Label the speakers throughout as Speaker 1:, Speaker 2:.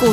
Speaker 1: 股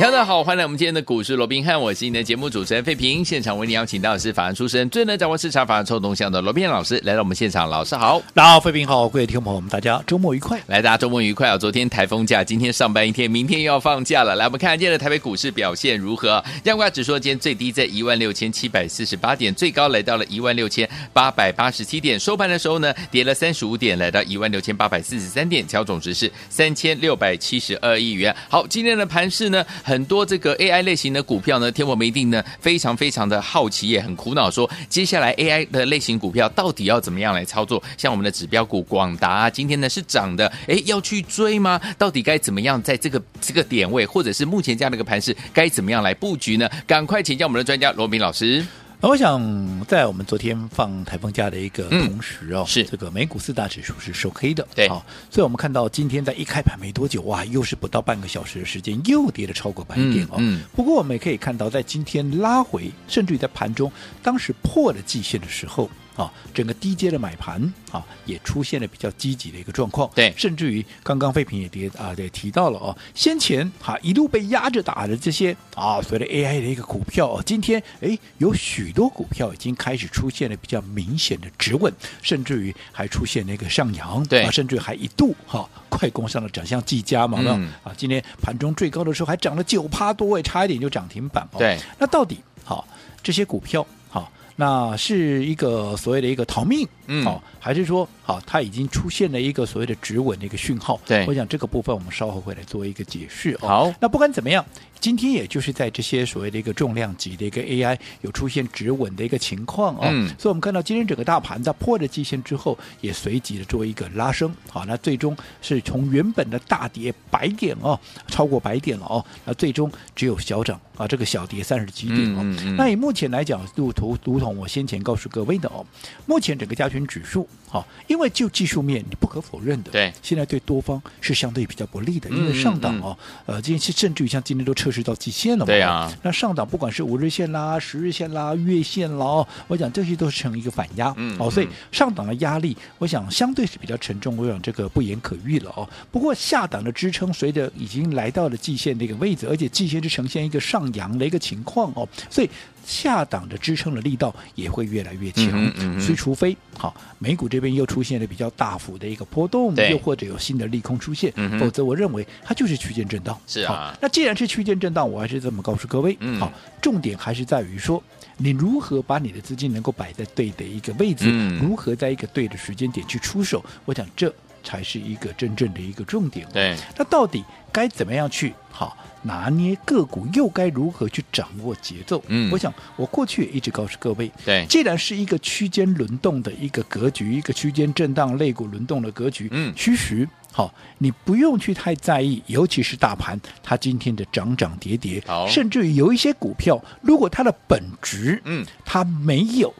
Speaker 2: 大家好，欢迎来我们今天的股市罗宾汉，我是你的节目主持人费平。现场为你邀请到的是法案出身、最能掌握市场法案臭动向的罗宾汉老师来到我们现场，老师好。
Speaker 3: 大家好，费平好，各位听众朋友们，大家周末愉快。
Speaker 2: 来，大家周末愉快啊！昨天台风假，今天上班一天，明天又要放假了。来，我们看今天的台北股市表现如何？央挂指数今天最低在16,748点，最高来到了16,887点，收盘的时候呢，跌了35点，来到16,843点，调总值是3,672亿元。好，今天的盘市呢， 很多这个 AI 类型的股票呢，天我们一定呢非常非常的好奇，也很苦恼说，接下来 AI 的类型股票到底要怎么样来操作？像我们的指标股广达、啊，今天呢是涨的，诶，要去追吗？到底该怎么样在这个这个点位，或者是目前这样的一个盘势，该怎么样来布局呢？赶快请教我们的专家罗明老师。
Speaker 3: 那我想，在我们昨天放台风假的一个
Speaker 2: 嗯
Speaker 3: 同时哦，
Speaker 2: 是
Speaker 3: 这个美股四大指数是收黑的，
Speaker 2: 对
Speaker 3: 好、所以我们看到今天在一开盘没多久，哇，又是不到半个小时的时间，又跌了超过百点哦。
Speaker 2: 嗯嗯
Speaker 3: 不过我们也可以看到，在今天拉回，甚至于在盘中当时破了季线的时候。啊，整个低阶的买盘啊，也出现了比较积极的一个状况。
Speaker 2: 对
Speaker 3: 甚至于刚刚废品也跌啊，也提到了哦，先前哈、啊、一路被压着打的这些啊，所谓的 AI 的一个股票哦，今天哎有许多股票已经开始出现了比较明显的止稳，甚至于还出现了一个上扬，
Speaker 2: 对
Speaker 3: 啊，甚至于还一度哈、快攻上了涨，像技嘉嘛，有没有
Speaker 2: 嗯
Speaker 3: 啊，今天盘中最高的时候还涨了九趴多哎，差一点就涨停板哦。
Speaker 2: 对，
Speaker 3: 那到底好、这些股票好、那是一个所谓的一个逃命，
Speaker 2: 嗯
Speaker 3: 好、还是说好、它已经出现了一个所谓的止稳的一个讯号？
Speaker 2: 对
Speaker 3: 我想这个部分我们稍后会来做一个解释哦。
Speaker 2: 好
Speaker 3: 那不管怎么样，今天也就是在这些所谓的一个重量级的一个 AI 有出现止稳的一个情况哦，
Speaker 2: 嗯
Speaker 3: 所以我们看到今天整个大盘在破了季线之后，也随即的做一个拉升，好，那最终是从原本的大跌百点哦，超过百点了哦，那最终只有小涨啊，这个小跌三十几点哦，
Speaker 2: 嗯嗯嗯
Speaker 3: 那以目前来讲，如图如同我先前告诉各位的哦，目前整个加权指数，好、因为就技术面你不可否认的，
Speaker 2: 对
Speaker 3: 现在对多方是相对比较不利的，因为
Speaker 2: 嗯
Speaker 3: 上档
Speaker 2: 嗯
Speaker 3: 哦，呃，今天甚至于像今天都测试到极限了嘛，
Speaker 2: 对啊
Speaker 3: 那上档不管是五日线啦、十日线啦、月线啦，哦，我讲这些都是成一个反压，
Speaker 2: 嗯
Speaker 3: 哦，所以
Speaker 2: 嗯
Speaker 3: 上档的压力，我想相对是比较沉重，我想这个不言可喻了哦。不过下档的支撑随着已经来到了季线这个位置，而且季线是呈现一个上扬的一个情况哦，所以下档的支撑的力道也会越来越强。
Speaker 2: 嗯哼嗯哼
Speaker 3: 所以除非好美股这边又出现了比较大幅的一个波动，
Speaker 2: 对
Speaker 3: 又或者有新的利空出现，
Speaker 2: 嗯哼
Speaker 3: 否则我认为它就是区间震荡。
Speaker 2: 是啊
Speaker 3: 好那既然是区间震荡，我还是这么告诉各位，
Speaker 2: 嗯
Speaker 3: 好，重点还是在于说，你如何把你的资金能够摆在对的一个位置，
Speaker 2: 嗯
Speaker 3: 如何在一个对的时间点去出手，我想这才是一个真正的一个重点。
Speaker 2: 对，
Speaker 3: 那到底该怎么样去好拿捏个股，又该如何去掌握节奏？
Speaker 2: 嗯
Speaker 3: 我想我过去也一直告诉各位，
Speaker 2: 对
Speaker 3: 既然是一个区间轮动的一个格局，一个区间震荡类股轮动的格局，
Speaker 2: 嗯
Speaker 3: 其实好，你不用去太在意，尤其是大盘它今天的涨涨跌跌
Speaker 2: 好，
Speaker 3: 甚至于有一些股票，如果它的本质，
Speaker 2: 嗯，
Speaker 3: 它没有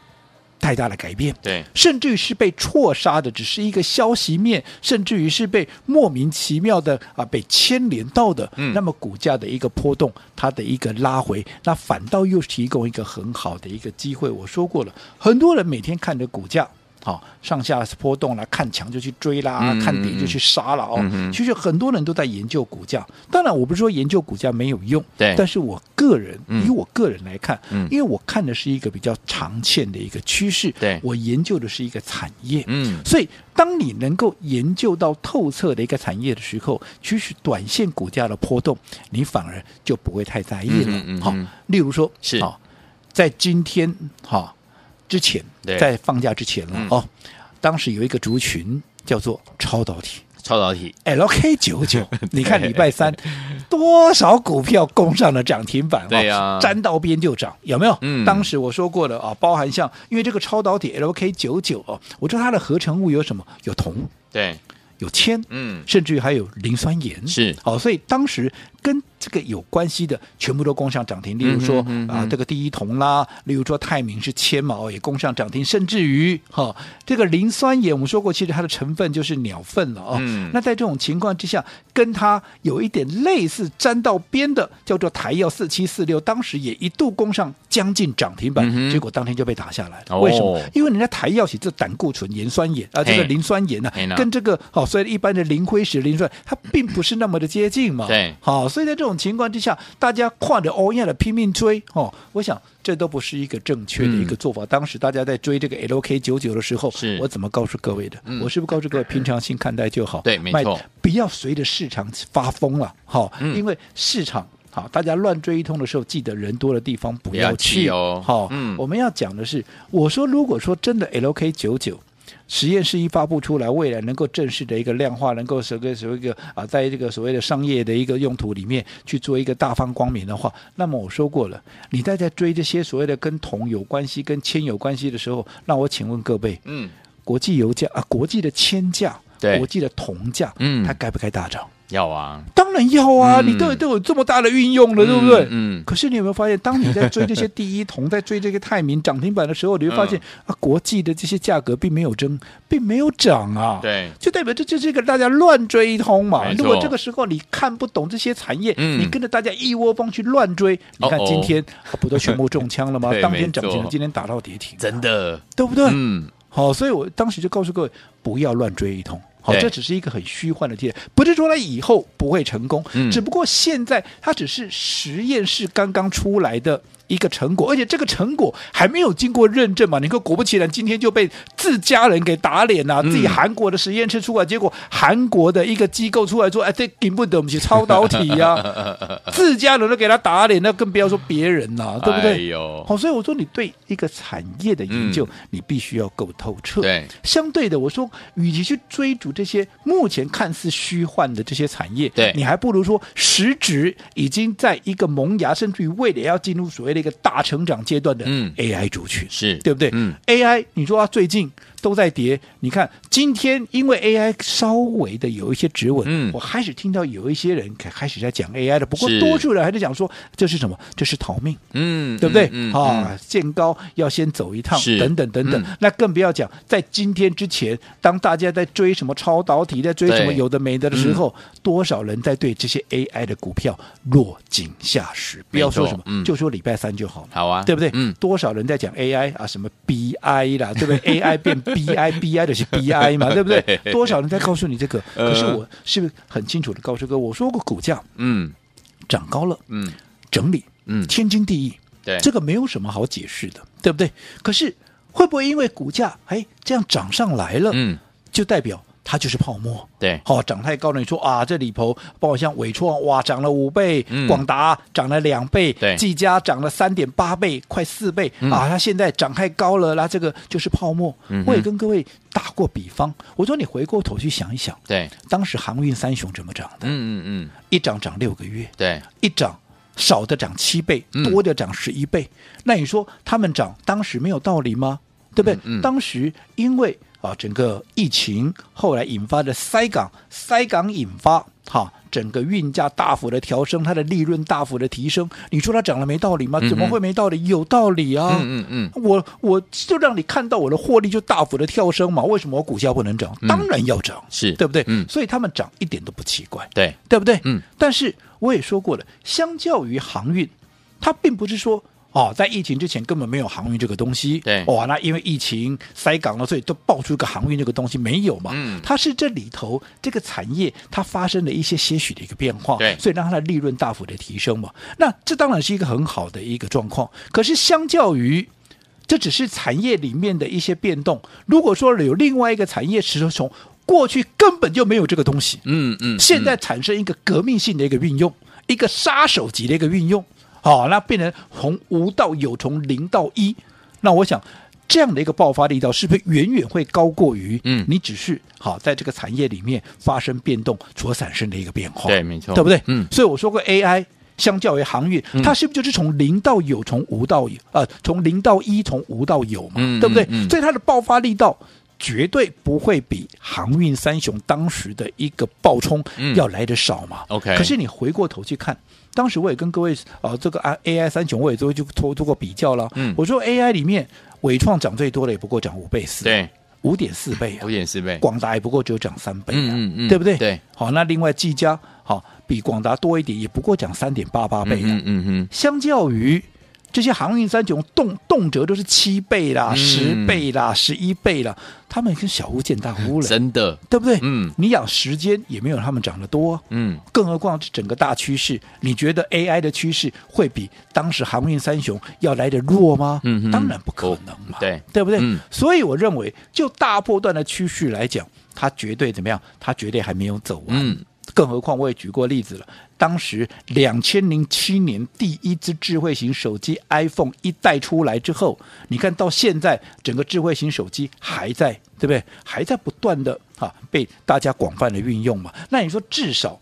Speaker 3: 太大的改变，
Speaker 2: 对，
Speaker 3: 甚至于是被错杀的，只是一个消息面，甚至于是被莫名其妙的啊被牵连到的，
Speaker 2: 嗯
Speaker 3: 那么股价的一个波动，它的一个拉回，那反倒又提供一个很好的一个机会。我说过了，很多人每天看着股价。好、上下波动啦，看强就去追啦，
Speaker 2: 嗯
Speaker 3: 看跌就去杀了哦。
Speaker 2: 嗯哼
Speaker 3: 其实很多人都在研究股价，当然我不是说研究股价没有用，
Speaker 2: 对
Speaker 3: 但是我个人、
Speaker 2: 嗯
Speaker 3: 以我个人来看，
Speaker 2: 嗯
Speaker 3: 因为我看的是一个比较长线的一个趋势，
Speaker 2: 对
Speaker 3: 我研究的是一个产业，
Speaker 2: 嗯，
Speaker 3: 所以当你能够研究到透彻的一个产业的时候，其实短线股价的波动，你反而就不会太在意了。
Speaker 2: 嗯哼嗯哼
Speaker 3: 好，例如说，
Speaker 2: 是
Speaker 3: 好、在今天哈、好之前
Speaker 2: 对，
Speaker 3: 在放假之前了、
Speaker 2: 嗯
Speaker 3: 哦，当时有一个族群叫做超导体。
Speaker 2: 超导体，
Speaker 3: LK 九九，你看礼拜三多少股票攻上了涨停板，
Speaker 2: 对呀
Speaker 3: 哦沾到边就涨，有没有？
Speaker 2: 嗯
Speaker 3: 当时我说过了啊，包含像因为这个超导体 LK 九九哦，我知道它的合成物有什么？有铜，
Speaker 2: 对，
Speaker 3: 有铅，
Speaker 2: 嗯
Speaker 3: 甚至于还有磷酸盐，
Speaker 2: 是
Speaker 3: 哦，所以当时跟这个有关系的，全部都攻上涨停。例如说啊、
Speaker 2: 嗯哼嗯哼
Speaker 3: 这个第一铜啦，例如说泰明是千毛也攻上涨停，甚至于哈、这个磷酸盐，我们说过，其实它的成分就是鸟粪了哦。
Speaker 2: 嗯
Speaker 3: 那在这种情况之下，跟它有一点类似沾到边的，叫做台药四七四六，当时也一度攻上将近涨停板，
Speaker 2: 嗯哼
Speaker 3: 结果当天就被打下来了。
Speaker 2: 哦
Speaker 3: 为什么？因为人家台药写这胆固醇盐酸盐啊，这
Speaker 2: 嘿
Speaker 3: 个磷酸盐呢、
Speaker 2: 嘿呐
Speaker 3: 跟这个哦，所以一般的磷灰石、磷酸，它并不是那么的接近嘛。
Speaker 2: 对
Speaker 3: 好、所以在这种情况之下，大家跨着欧亚的拼命追哦，我想这都不是一个正确的一个做法。当时大家在追这个 LK 九九的时候，
Speaker 2: 嗯是
Speaker 3: 我怎么告诉各位的？
Speaker 2: 嗯
Speaker 3: 我是不是告诉各位平常心看待就好？
Speaker 2: 对没
Speaker 3: 卖
Speaker 2: 错，
Speaker 3: 不要随着市场发疯了，好、
Speaker 2: 嗯
Speaker 3: 因为市场。好，大家乱追一通的时候，记得人多的地方不
Speaker 2: 不要
Speaker 3: 要
Speaker 2: 去
Speaker 3: 去
Speaker 2: 哦
Speaker 3: 好、
Speaker 2: 嗯
Speaker 3: 我们要讲的是，我说如果说真的 LK 九九实验室一发布出来，未来能够正式的一个量化，能够所谓所谓一个啊，在这个所谓的商业的一个用途里面去做一个大放光明的话，那么我说过了，你在在追这些所谓的跟铜有关系、跟铅有关系的时候，那我请问各位，
Speaker 2: 嗯，
Speaker 3: 国际油价啊，国际的铅价，
Speaker 2: 对
Speaker 3: 国际的铜价，
Speaker 2: 嗯
Speaker 3: 它该不该大涨？
Speaker 2: 要啊，
Speaker 3: 当然要啊，
Speaker 2: 嗯
Speaker 3: 你都有都有这么大的运用了，对不对？
Speaker 2: 嗯，嗯
Speaker 3: 可是你有没有发现，当你在追这些第一铜，在追这个泰明涨停板的时候，你会发
Speaker 2: 嗯
Speaker 3: 现、啊，国际的这些价格并没有增，并没有涨啊。。
Speaker 2: 对，
Speaker 3: 就代表这就是一个大家乱追一通嘛
Speaker 2: 没。错
Speaker 3: 如果这个时候你看不懂这些产业，
Speaker 2: 嗯
Speaker 3: 你跟着大家一窝蜂去乱追，你看
Speaker 2: 哦哦
Speaker 3: 今天、啊不都全部中枪了吗
Speaker 2: 对？
Speaker 3: 当天涨停
Speaker 2: 没
Speaker 3: 了
Speaker 2: 错，
Speaker 3: 今天打到跌停，
Speaker 2: 真的，
Speaker 3: 对不对？
Speaker 2: 嗯，
Speaker 3: 好，所以我当时就告诉各位，不要乱追一通。好，
Speaker 2: 对
Speaker 3: 这只是一个很虚幻的体验，不是说它以后不会成功，
Speaker 2: 嗯
Speaker 3: 只不过现在它只是实验室刚刚出来的一个成果，而且这个成果还没有经过认证嘛。你看，果不其然，今天就被自家人给打脸了、
Speaker 2: 嗯
Speaker 3: 自己韩国的实验室出来，结果韩国的一个机构出来说，哎，这根本的我们是超导体呀、 自家人都给他打脸，那更不要说别人啦、对不对？
Speaker 2: 哎呦，
Speaker 3: 好，所以我说你对一个产业的研究，
Speaker 2: 嗯
Speaker 3: 你必须要够透彻。
Speaker 2: 对，
Speaker 3: 相对的，我说，与其去追逐这些目前看似虚幻的这些产业，
Speaker 2: 对
Speaker 3: 你还不如说实质已经在一个萌芽，甚至于未来要进入所谓的一个大成长阶段的
Speaker 2: 嗯
Speaker 3: AI 族群，
Speaker 2: 是
Speaker 3: 对不对？
Speaker 2: 嗯
Speaker 3: AI，你说它啊最近都在跌，你看今天因为 AI 稍微的有一些止稳，
Speaker 2: 嗯
Speaker 3: 我开始听到有一些人开开始在讲 AI 了，不过
Speaker 2: 是
Speaker 3: 多数人还是讲说这是什么？这是逃命。
Speaker 2: 嗯，
Speaker 3: 对不对？
Speaker 2: 嗯嗯
Speaker 3: 啊、
Speaker 2: 嗯
Speaker 3: 见高要先走一趟
Speaker 2: 是，
Speaker 3: 等等等等、
Speaker 2: 嗯
Speaker 3: 那更不要讲，在今天之前，当大家在追什么超导体，在追什么
Speaker 2: 对嗯
Speaker 3: 有的没的的时候，多少人在对这些 AI 的股票落井下石？不要说
Speaker 2: 没错
Speaker 3: 什么，
Speaker 2: 嗯
Speaker 3: 就说礼拜三就好了。
Speaker 2: 好啊，
Speaker 3: 对不对？
Speaker 2: 嗯，
Speaker 3: 多少人在讲 AI 啊，什么 BI 啦，对不对？AI 变 BI，BI 的是 BI 嘛，对不对？
Speaker 2: 对
Speaker 3: 多少人在告诉你这个？
Speaker 2: 呃
Speaker 3: 可是我是不是很清楚的告诉哥，我说过股价
Speaker 2: 嗯
Speaker 3: 涨高了，
Speaker 2: 嗯
Speaker 3: 整理
Speaker 2: 嗯，
Speaker 3: 天经地义。
Speaker 2: 对，
Speaker 3: 这个没有什么好解释的，对不对？可是会不会因为股价哎这样涨上来了，
Speaker 2: 嗯
Speaker 3: 就代表它就是泡沫？
Speaker 2: 对，
Speaker 3: 好、涨太高了，你说啊，这里头包括像伟创哇涨了五倍，
Speaker 2: 嗯
Speaker 3: 广达涨了两倍，
Speaker 2: 对
Speaker 3: 技嘉涨了三点八倍，快四倍、
Speaker 2: 嗯
Speaker 3: 啊，它现在涨太高了，那这个就是泡沫。
Speaker 2: 嗯哼
Speaker 3: 我也跟各位打过比方，我说你回过头去想一想，
Speaker 2: 对，
Speaker 3: 当时航运三雄怎么涨的？
Speaker 2: 嗯嗯嗯，
Speaker 3: 一涨涨六个月，
Speaker 2: 对，
Speaker 3: 一涨少的涨七倍
Speaker 2: 嗯，
Speaker 3: 多的涨十一倍。那你说他们涨当时没有道理吗？对不对？
Speaker 2: 嗯嗯
Speaker 3: 当时因为啊整个疫情后来引发的塞港，塞港引发哈、整个运价大幅的调升，它的利润大幅的提升。你说它涨了没道理吗？
Speaker 2: 嗯哼
Speaker 3: 怎么会没道理？有道理啊！
Speaker 2: 嗯嗯嗯，
Speaker 3: 我我就让你看到我的获利就大幅的跳升嘛，为什么我股价不能涨？
Speaker 2: 嗯
Speaker 3: 当然要涨，
Speaker 2: 是
Speaker 3: 对不对？
Speaker 2: 嗯
Speaker 3: 所以他们涨一点都不奇怪。
Speaker 2: 对，
Speaker 3: 对不对？
Speaker 2: 嗯。
Speaker 3: 但是我也说过了，相较于航运，它并不是说。哦，在疫情之前根本没有航运这个东西，
Speaker 2: 对
Speaker 3: 哇、那因为疫情塞港了，所以都爆出个航运这个东西没有嘛，
Speaker 2: 嗯
Speaker 3: 它是这里头这个产业它发生了一些些许的一个变化，
Speaker 2: 对
Speaker 3: 所以让它的利润大幅的提升嘛，那这当然是一个很好的一个状况，可是相较于这只是产业里面的一些变动，如果说有另外一个产业，其实从过去根本就没有这个东西，
Speaker 2: 嗯嗯，
Speaker 3: 现在产生一个革命性的一个运用，一个杀手级的一个运用，好、那变成从无到有，从零到一，那我想。这样的一个爆发力道，是不是远远会高过于
Speaker 2: 嗯
Speaker 3: 你只是好在这个产业里面发生变动所产生的一个变化？
Speaker 2: 对没错
Speaker 3: 对不对？
Speaker 2: 嗯
Speaker 3: 所以我说过 AI。相较于航运，它是不是就是从零到有，从无到有，呃，从零到一，从无到有嘛，
Speaker 2: 嗯
Speaker 3: 对不对？
Speaker 2: 嗯嗯
Speaker 3: 所以它的爆发力道绝对不会比航运三雄当时的一个爆冲
Speaker 2: 嗯
Speaker 3: 要来的少嘛。
Speaker 2: OK
Speaker 3: 可是你回过头去看，当时我也跟各位呃这个啊 AI 三雄我也做就做做过比较了。
Speaker 2: 嗯
Speaker 3: 我说 AI 里面伟创涨最多的也不过涨五倍四，
Speaker 2: 对，
Speaker 3: 五点四倍啊
Speaker 2: 五。点四倍，
Speaker 3: 广达也不过只有涨三倍、啊，
Speaker 2: 嗯嗯嗯
Speaker 3: 对不对？
Speaker 2: 对。
Speaker 3: 好，那另外技嘉好比广达多一点，也不过涨三点八八倍、啊。
Speaker 2: 嗯嗯嗯
Speaker 3: 相较于这些航运三雄动动辄都是七倍啦、
Speaker 2: 嗯
Speaker 3: 十、倍啦、十一倍啦，他们跟小巫见大
Speaker 2: 嗯，
Speaker 3: 巫了，
Speaker 2: 真的，
Speaker 3: 对不对？
Speaker 2: 嗯
Speaker 3: 你养时间也没有他们涨得多、
Speaker 2: 嗯，
Speaker 3: 更何况这整个大趋势，你觉得 AI 的趋势会比当时航运三雄要来的弱吗？
Speaker 2: 嗯哼
Speaker 3: 当然不可能嘛，
Speaker 2: 不对
Speaker 3: 对不对？
Speaker 2: 嗯
Speaker 3: 所以我认为，就大波段的趋势来讲，它绝对怎么样？它绝对还没有走完。
Speaker 2: 嗯
Speaker 3: 更何况我也举过例子了，当时两千零七年第一支智慧型手机 iPhone 一代出来之后，你看到现在整个智慧型手机还在，对不对？还在不断的哈、啊、被大家广泛的运用嘛。那你说至少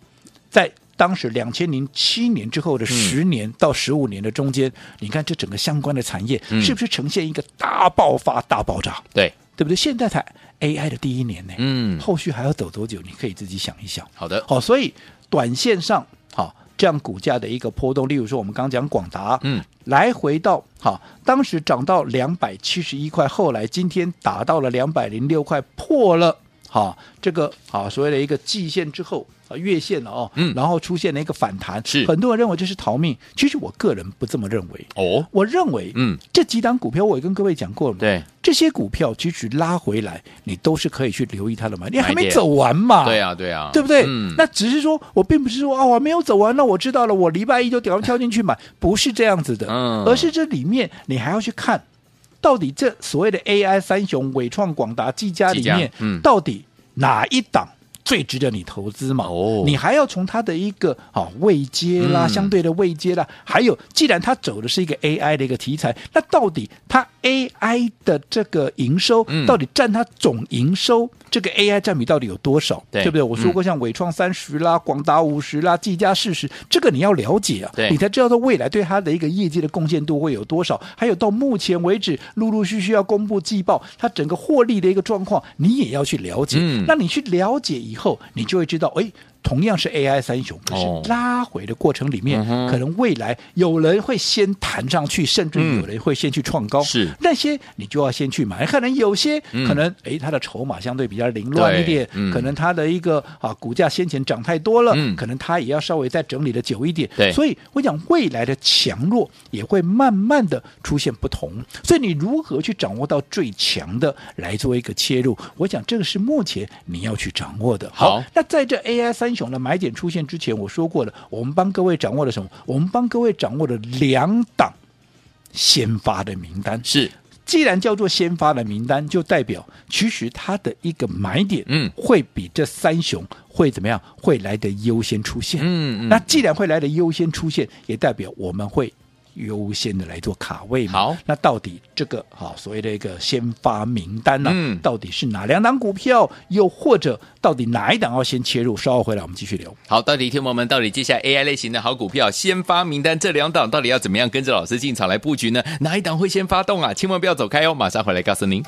Speaker 3: 在当时两千零七年之后的十年到十五年的中间，你看这整个相关的产业
Speaker 2: 嗯
Speaker 3: 是不是呈现一个大爆发、大爆炸？
Speaker 2: 对，
Speaker 3: 对不对？现在才 AI 的第一年呢，
Speaker 2: 嗯
Speaker 3: 后续还要走多久？你可以自己想一想。
Speaker 2: 好的，
Speaker 3: 好、所以短线上好、这样股价的一个波动，例如说我们刚讲广达，
Speaker 2: 嗯，
Speaker 3: 来回到好、当时涨到两百七十一块，后来今天打到了两百零六块，破了。好、这个好、所谓的一个季线之后啊，月线了哦，
Speaker 2: 嗯
Speaker 3: 然后出现了一个反弹，
Speaker 2: 是
Speaker 3: 很多人认为这是逃命，其实我个人不这么认为，
Speaker 2: 哦，
Speaker 3: 我认为，
Speaker 2: 嗯，
Speaker 3: 这几档股票我也跟各位讲过了嘛，
Speaker 2: 对，
Speaker 3: 这些股票其实拉回来，你都是可以去留意它的嘛，你还
Speaker 2: 买
Speaker 3: 没
Speaker 2: 点
Speaker 3: 走完嘛，
Speaker 2: 对啊对啊，
Speaker 3: 对不对？
Speaker 2: 嗯，
Speaker 3: 那只是说我并不是说啊，我没有走完，那我知道了，我礼拜一就挑跳进去买，不是这样子的，
Speaker 2: 嗯
Speaker 3: 而是这里面你还要去看，到底这所谓的 AI 三雄、伟创、广达、技嘉里
Speaker 2: 技嘉
Speaker 3: 面，
Speaker 2: 嗯
Speaker 3: 到底哪一档？最值得你投资嘛？
Speaker 2: 哦
Speaker 3: 你还要从它的一个啊位阶啦，
Speaker 2: 嗯
Speaker 3: 相对的位阶啦，还有既然它走的是一个 AI 的一个题材，那到底它 AI 的这个营收、
Speaker 2: 嗯
Speaker 3: 到底占它总营收这个 AI 占比到底有多少？
Speaker 2: 对
Speaker 3: 对不对？我说过像伟创三十啦、广达五十啦、技嘉四十，这个你要了解啊
Speaker 2: 对，
Speaker 3: 你才知道它未来对它的一个业绩的贡献度会有多少。还有到目前为止，陆陆续续要公布季报，它整个获利的一个状况，你也要去了解。
Speaker 2: 嗯
Speaker 3: 那你去了解以后，你就会知道，哎。同样是 AI 三雄，可
Speaker 2: 哦
Speaker 3: 是拉回的过程里面，
Speaker 2: 嗯哼
Speaker 3: 可能未来有人会先弹上去，甚至
Speaker 2: 嗯
Speaker 3: 有人会先去创高。
Speaker 2: 是
Speaker 3: 那些你就要先去买，可能有些
Speaker 2: 嗯
Speaker 3: 可能哎，它的筹码相对比较凌乱一点
Speaker 2: 对，嗯
Speaker 3: 可能它的一个啊股价先前涨太多了，
Speaker 2: 嗯
Speaker 3: 可能它也要稍微再整理的久一点。
Speaker 2: 对
Speaker 3: 所以我讲未来的强弱也会慢慢的出现不同，所以你如何去掌握到最强的来做一个切入，我想这个是目前你要去掌握的。
Speaker 2: 好
Speaker 3: 那在这 AI 三雄的买点出现之前，我说过了，我们帮各位掌握了什么？我们帮各位掌握了两档先发的名单。
Speaker 2: 是
Speaker 3: 既然叫做先发的名单，就代表其实它的一个买点，
Speaker 2: 嗯
Speaker 3: 会比这三雄会怎么样？会来的优先出现。
Speaker 2: 嗯嗯
Speaker 3: 那既然会来的优先出现，也代表我们会。优先的来做卡位嘛？
Speaker 2: 好，
Speaker 3: 那到底这个好所谓的一个先发名单呢、
Speaker 2: 嗯
Speaker 3: 到底是哪两档股票，又或者到底哪一档要先切入？稍后回来我们继续聊。
Speaker 2: 好，到底听众朋友们，到底接下来 AI 类型的好股票先发名单这两档，到底要怎么样跟着老师进场来布局呢？哪一档会先发动啊？千万不要走开哦，马上回来告诉您。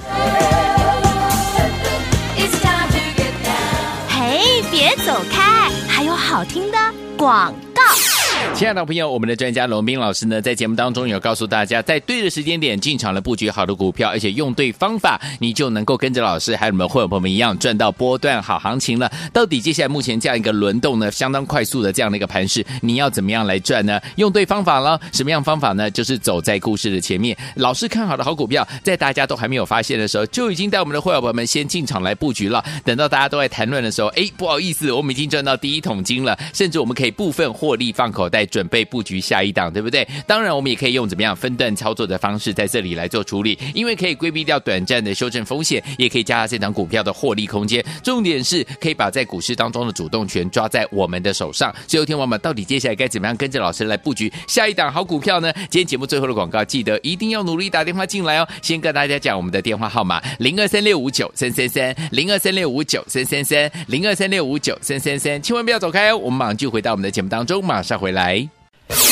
Speaker 4: It's time to get down.
Speaker 1: 嘿，别走开，还有好听的广告。
Speaker 2: 亲爱的朋友，我们的专家龙斌老师呢，在节目当中有告诉大家，在对的时间点进场了布局好的股票，而且用对方法，你就能够跟着老师还有我们会员朋友们一样赚到波段好行情了。到底接下来目前这样一个轮动呢，相当快速的这样的一个盘势，你要怎么样来赚呢？用对方法了，什么样方法呢？就是走在故事的前面。老师看好的好股票，在大家都还没有发现的时候，就已经带我们的会员朋友们先进场来布局了。等到大家都在谈论的时候，哎，不好意思，我们已经赚到第一桶金了，甚至我们可以部分获利放口袋，准备布局下一档，对不对？当然，我们也可以用怎么样分段操作的方式在这里来做处理，因为可以规避掉短暂的修正风险，也可以加大这档股票的获利空间。重点是可以把在股市当中的主动权抓在我们的手上。所以，天王们到底接下来该怎么样跟着老师来布局下一档好股票呢？今天节目最后的广告，记得一定要努力打电话进来哦。先跟大家讲我们的电话号码：零二三六五九三三三，零二三六五九三三三，零二三六五九三三三。千万不要走开哦，我们马上就回到我们的节目当中，马上回来。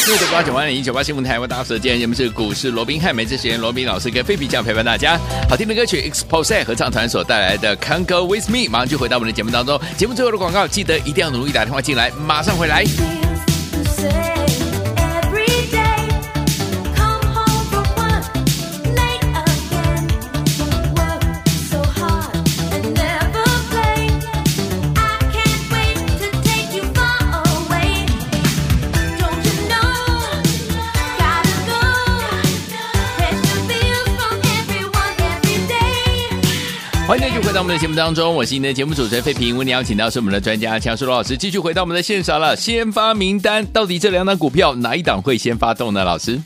Speaker 2: 六九八九万零一九八新闻台，我大家所见节目是股市罗宾汉，每次时间罗宾老师跟费皮酱陪伴大家。好听的歌曲 Expose 合唱团所带来的《Can't Go With Me》，马上就回到我们的节目当中。节目最后的广告，记得一定要努力打电话进来，马上回来。欢迎继续回到我们的节目当中，我是您的节目主持人费平。为您邀请到是我们的专家强叔罗老师，继续回到我们的现场了。先发名单，到底这两档股票哪一档会先发动呢？老师，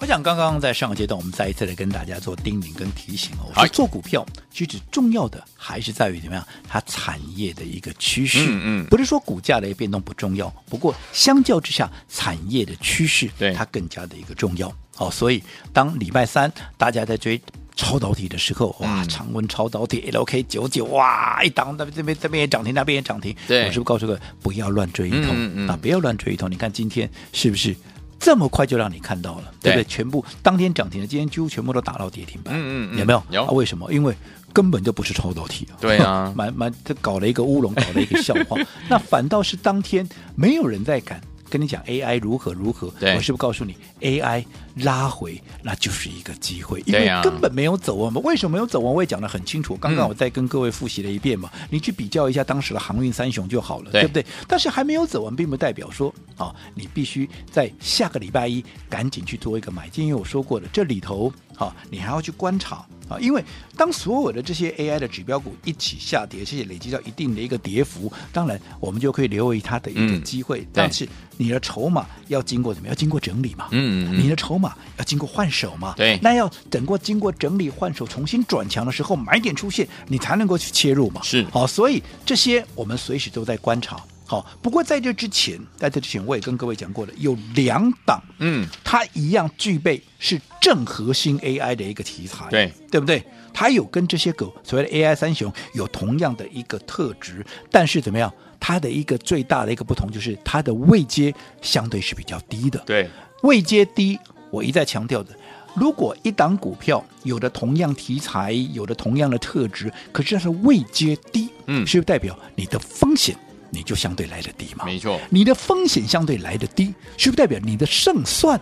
Speaker 3: 我想刚刚在上个阶段，我们再一次的跟大家做叮咛跟提醒哦。我
Speaker 2: 哎
Speaker 3: 说做股票，其实重要的还是在于怎么样，它产业的一个趋势。
Speaker 2: 嗯嗯
Speaker 3: 不是说股价的一个变动不重要，不过相较之下，产业的趋势
Speaker 2: 对
Speaker 3: 它更加的一个重要。哦，所以当礼拜三大家在追。超导体的时候，哇，
Speaker 2: 嗯
Speaker 3: 常温超导体 L K 九九，哇，一档那边这边这边也涨停，那边也涨停。
Speaker 2: 对
Speaker 3: 我是不是告诉各位不要乱追一
Speaker 2: 嗯
Speaker 3: 通
Speaker 2: 嗯嗯
Speaker 3: 啊？不要乱追一通。你看今天是不是这么快就让你看到了？对不对？
Speaker 2: 对
Speaker 3: 全部当天涨停的，今天几乎全部都打到跌停板，
Speaker 2: 嗯嗯嗯
Speaker 3: 有没有？
Speaker 2: 有
Speaker 3: 啊为什么？因为根本就不是超导体啊，
Speaker 2: 对 啊
Speaker 3: 蛮蛮这搞了一个乌龙，搞了一个笑 话。那反倒是当天没有人在敢。跟你讲 AI 如何如何，
Speaker 2: 对
Speaker 3: 我是不是告诉你 AI 拉回那就是一个机会，因
Speaker 2: 对
Speaker 3: 为
Speaker 2: 啊
Speaker 3: 根本没有走完嘛。为什么没有走啊完？我也讲得很清楚，刚
Speaker 2: 嗯
Speaker 3: 刚我再跟各位复习了一遍嘛。你去比较一下当时的航运三雄就好了，
Speaker 2: 对
Speaker 3: 对不对？但是还没有走完，并不代表说啊，你必须在下个礼拜一赶紧去做一个买进，因为我说过了，这里头啊，你还要去观察啊，因为当所有的这些 AI 的指标股一起下跌，这些累积到一定的一个跌幅，当然我们就可以留意它的一个
Speaker 2: 嗯
Speaker 3: 机会，但是你的筹码要经过怎么样？要经过整理嘛，
Speaker 2: 嗯嗯嗯
Speaker 3: 你的筹码要经过换手嘛，
Speaker 2: 对
Speaker 3: 那要等过经过整理换手重新转强的时候，买点出现，你才能够去切入嘛，
Speaker 2: 是
Speaker 3: 好，所以这些我们随时都在观察。好，不过在这之前，在这之前我也跟各位讲过了，有两档，
Speaker 2: 嗯，
Speaker 3: 它一样具备是正核心 AI 的一个题材，
Speaker 2: 对
Speaker 3: 对不对？它有跟这些狗所谓的 AI 三雄有同样的一个特质，但是怎么样？它的一个最大的一个不同就是它的位阶相对是比较低的，
Speaker 2: 对，
Speaker 3: 位阶低，我一再强调的，如果一档股票有着同样题材，有着同样的特质，可是它的位阶低，
Speaker 2: 嗯
Speaker 3: 是不是代表你的风险你就相对来的低嘛？
Speaker 2: 没错，
Speaker 3: 你的风险相对来的低，是不是代表你的胜算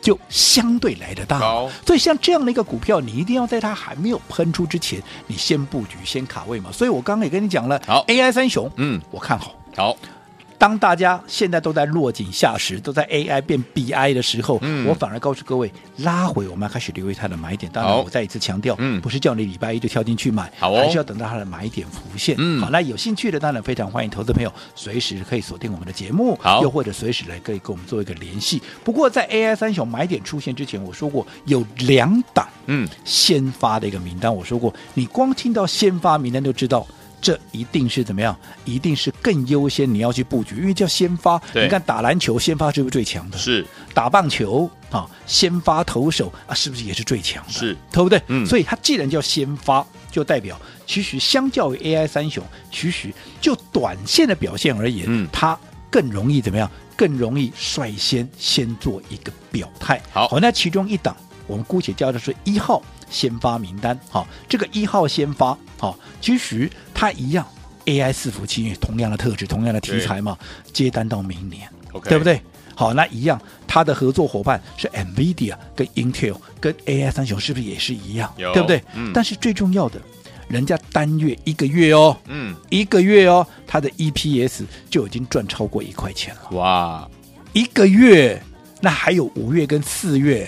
Speaker 3: 就相对来的大
Speaker 2: 高？
Speaker 3: 所以像这样的一个股票，你一定要在它还没有喷出之前，你先布局、先卡位嘛。所以我刚刚也跟你讲了，
Speaker 2: 好
Speaker 3: AI 三雄，
Speaker 2: 嗯，
Speaker 3: 我看好。
Speaker 2: 好，
Speaker 3: 当大家现在都在落井下石，都在 AI 变 BI 的时候，
Speaker 2: 嗯
Speaker 3: 我反而告诉各位，拉回我们要开始留意它的买点。当然，
Speaker 2: 好
Speaker 3: 我再一次强调，
Speaker 2: 嗯
Speaker 3: 不是叫你礼拜一就跳进去买，
Speaker 2: 好哦
Speaker 3: 还是要等到它的买点浮现。
Speaker 2: 嗯
Speaker 3: 好，那有兴趣的当然非常欢迎投资朋友随时可以锁定我们的节目，
Speaker 2: 好
Speaker 3: 又或者随时来可以跟我们做一个联系。不过在 AI 三雄买点出现之前，我说过有两档
Speaker 2: 嗯，
Speaker 3: 先发的一个名单。我说过，你光听到先发名单就知道。这一定是怎么样？一定是更优先你要去布局，因为叫先发。
Speaker 2: 对
Speaker 3: 你看打篮球，先发是不是最强的？
Speaker 2: 是
Speaker 3: 打棒球啊，先发投手啊，是不是也是最强的？
Speaker 2: 是，
Speaker 3: 对不对？
Speaker 2: 嗯
Speaker 3: 所以它既然叫先发，就代表其实相较于 AI 三雄，其实就短线的表现而言，
Speaker 2: 嗯
Speaker 3: 它更容易怎么样？更容易率先先做一个表态。
Speaker 2: 好
Speaker 3: 那其中一档，我们姑且叫它是一号先发名单。好，这个一号先发，好，其实它一样。AI 伺服器同样的特质，同样的题材嘛，接单到明年。
Speaker 2: OK
Speaker 3: 对不对？好，那一样，它的合作伙伴是 NVIDIA 跟 Intel 跟 AI 三雄，是不是也是一样？
Speaker 2: 有
Speaker 3: 对不对？
Speaker 2: 嗯
Speaker 3: 但是最重要的，人家单月一个月哦，
Speaker 2: 嗯，
Speaker 3: 一个月哦，它的 EPS 就已经赚超过一块钱了。
Speaker 2: 哇，
Speaker 3: 一个月，那还有五月跟四月，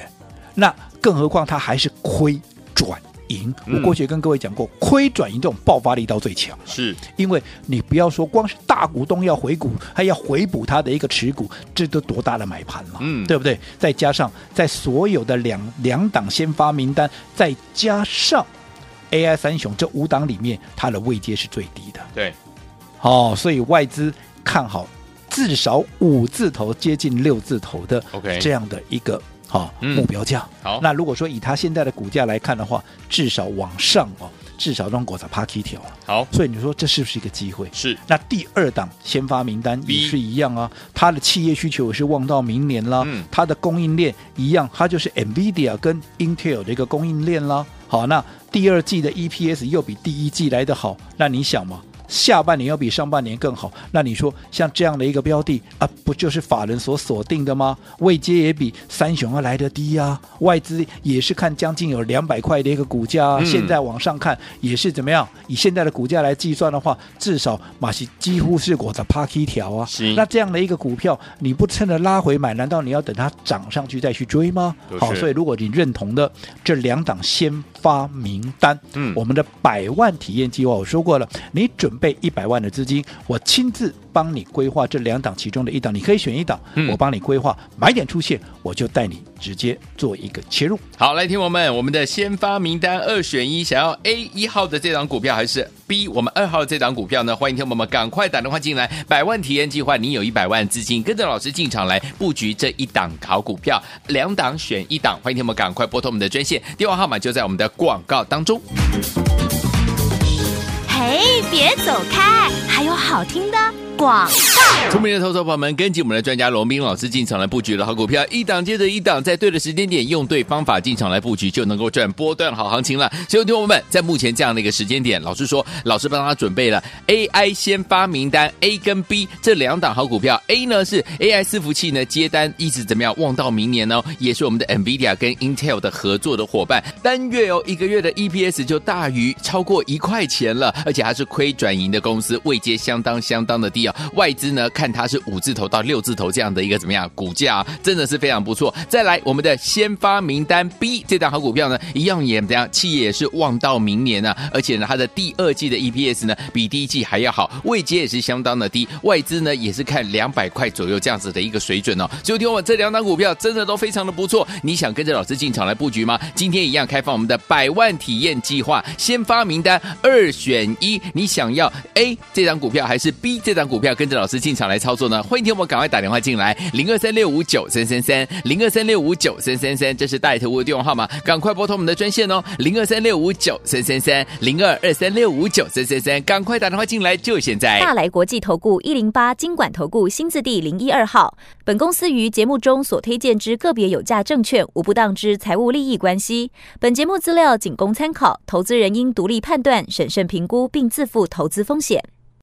Speaker 3: 那更何况它还是亏转盈。我
Speaker 2: 嗯
Speaker 3: 过去也跟各位讲过，亏转盈这种爆发力到最强。
Speaker 2: 是
Speaker 3: 因为你不要说光是大股东要回股，还要回补他的一个持股，这都多大的买盘了，
Speaker 2: 嗯
Speaker 3: 对不对？再加上在所有的两两档先发名单，再加上 AI 三雄这五档里面，它的位阶是最低的
Speaker 2: 对，
Speaker 3: 哦，所以外资看好至少五字头接近六字头的
Speaker 2: OK
Speaker 3: 这样的一个好、
Speaker 2: 嗯
Speaker 3: 目标价。
Speaker 2: 好
Speaker 3: 那如果说以它现在的股价来看的话，至少往上哦，至少让国仔趴 K 条了。
Speaker 2: 好，
Speaker 3: 所以你说这是不是一个机会？
Speaker 2: 是
Speaker 3: 那第二档先发名单也
Speaker 2: B
Speaker 3: 是一样啊，它的企业需求也是望到明年啦，
Speaker 2: 嗯
Speaker 3: 它的供应链一样，它就是 NVIDIA 跟 Intel 的一个供应链啦。好，那第二季的 EPS 又比第一季来得好，那你想嘛？下半年要比上半年更好，那你说像这样的一个标的啊，不就是法人所锁定的吗？位阶也比三雄要来得低啊，外资也是看将近有两百块的一个股价、啊，
Speaker 2: 嗯
Speaker 3: 现在往上看也是怎么样？以现在的股价来计算的话，至少马西几乎是我的 Parky 条啊
Speaker 2: 是。
Speaker 3: 那这样的一个股票，你不趁着拉回买，难道你要等它涨上去再去追吗
Speaker 2: 就？是
Speaker 3: 好，所以如果你认同的这两档先发名单，
Speaker 2: 嗯
Speaker 3: 我们的百万体验计划，我说过了，你准备一百万的资金，我亲自帮你规划这两档其中的一档，你可以选一档，
Speaker 2: 嗯
Speaker 3: 我帮你规划，买点出现，我就带你直接做一个切入。
Speaker 2: 好，来听我们，我们的先发名单二选一，想要 A 一号的这档股票还是 B 我们二号的这档股票呢？欢迎听我们赶快打电话进来，百万体验计划，你有一百万资金，跟着老师进场来布局这一档好股票，两档选一档，欢迎听我们赶快拨通我们的专线，电话号码就在我们的广告当中。
Speaker 1: 嘿，别走开，还有好听的广。
Speaker 2: 聪明的投资者朋友们，跟紧我们的专家罗斌老师进场来布局的好股票，一档接着一档，在对的时间点用对方法进场来布局，就能够赚波段好行情了。所以，听我们在目前这样的一个时间点，老师说，老师帮他准备了 AI 先发名单 A 跟 B 这两档好股票，A 呢是 AI 伺服器呢接单一直怎么样望到明年呢、哦也是我们的 NVIDIA 跟 Intel 的合作的伙伴，单月哦一个月的 EPS 就大于超过一块钱了，而且还是亏转盈的公司，位阶相当相当的低啊、外资呢看它是五字头到六字头这样的一个怎么样股价、啊，真的是非常不错。再来我们的先发名单 B 这档好股票呢，一样也怎么样，企业也是望到明年啊，而且呢它的第二季的 EPS 呢比第一季还要好，位阶也是相当的低，外资呢也是看两百块左右这样子的一个水准哦。所以听我这两档股票真的都非常的不错，你想跟着老师进场来布局吗？今天一样开放我们的百万体验计划，先发名单二选一，你想要 A 这档股票还是 B 这档股票？跟着老师进场来操作呢？欢迎听我们赶快打电话进来，零二三六五九三三三，零二三六五九三三三，这是带头屋的电话号码，赶快拨通我们的专线哦，零二三六五九三三三，零二二三六五九三三三，赶快打电话进来，就现在。
Speaker 5: 大来国际投顾一零八金管投顾新字第零一二号。本公司于节目中所推荐之个别有价证券，无不当之财务利益关系。本节目资料仅供参考，投资人应独立判断、审慎评估，并自负投资风险。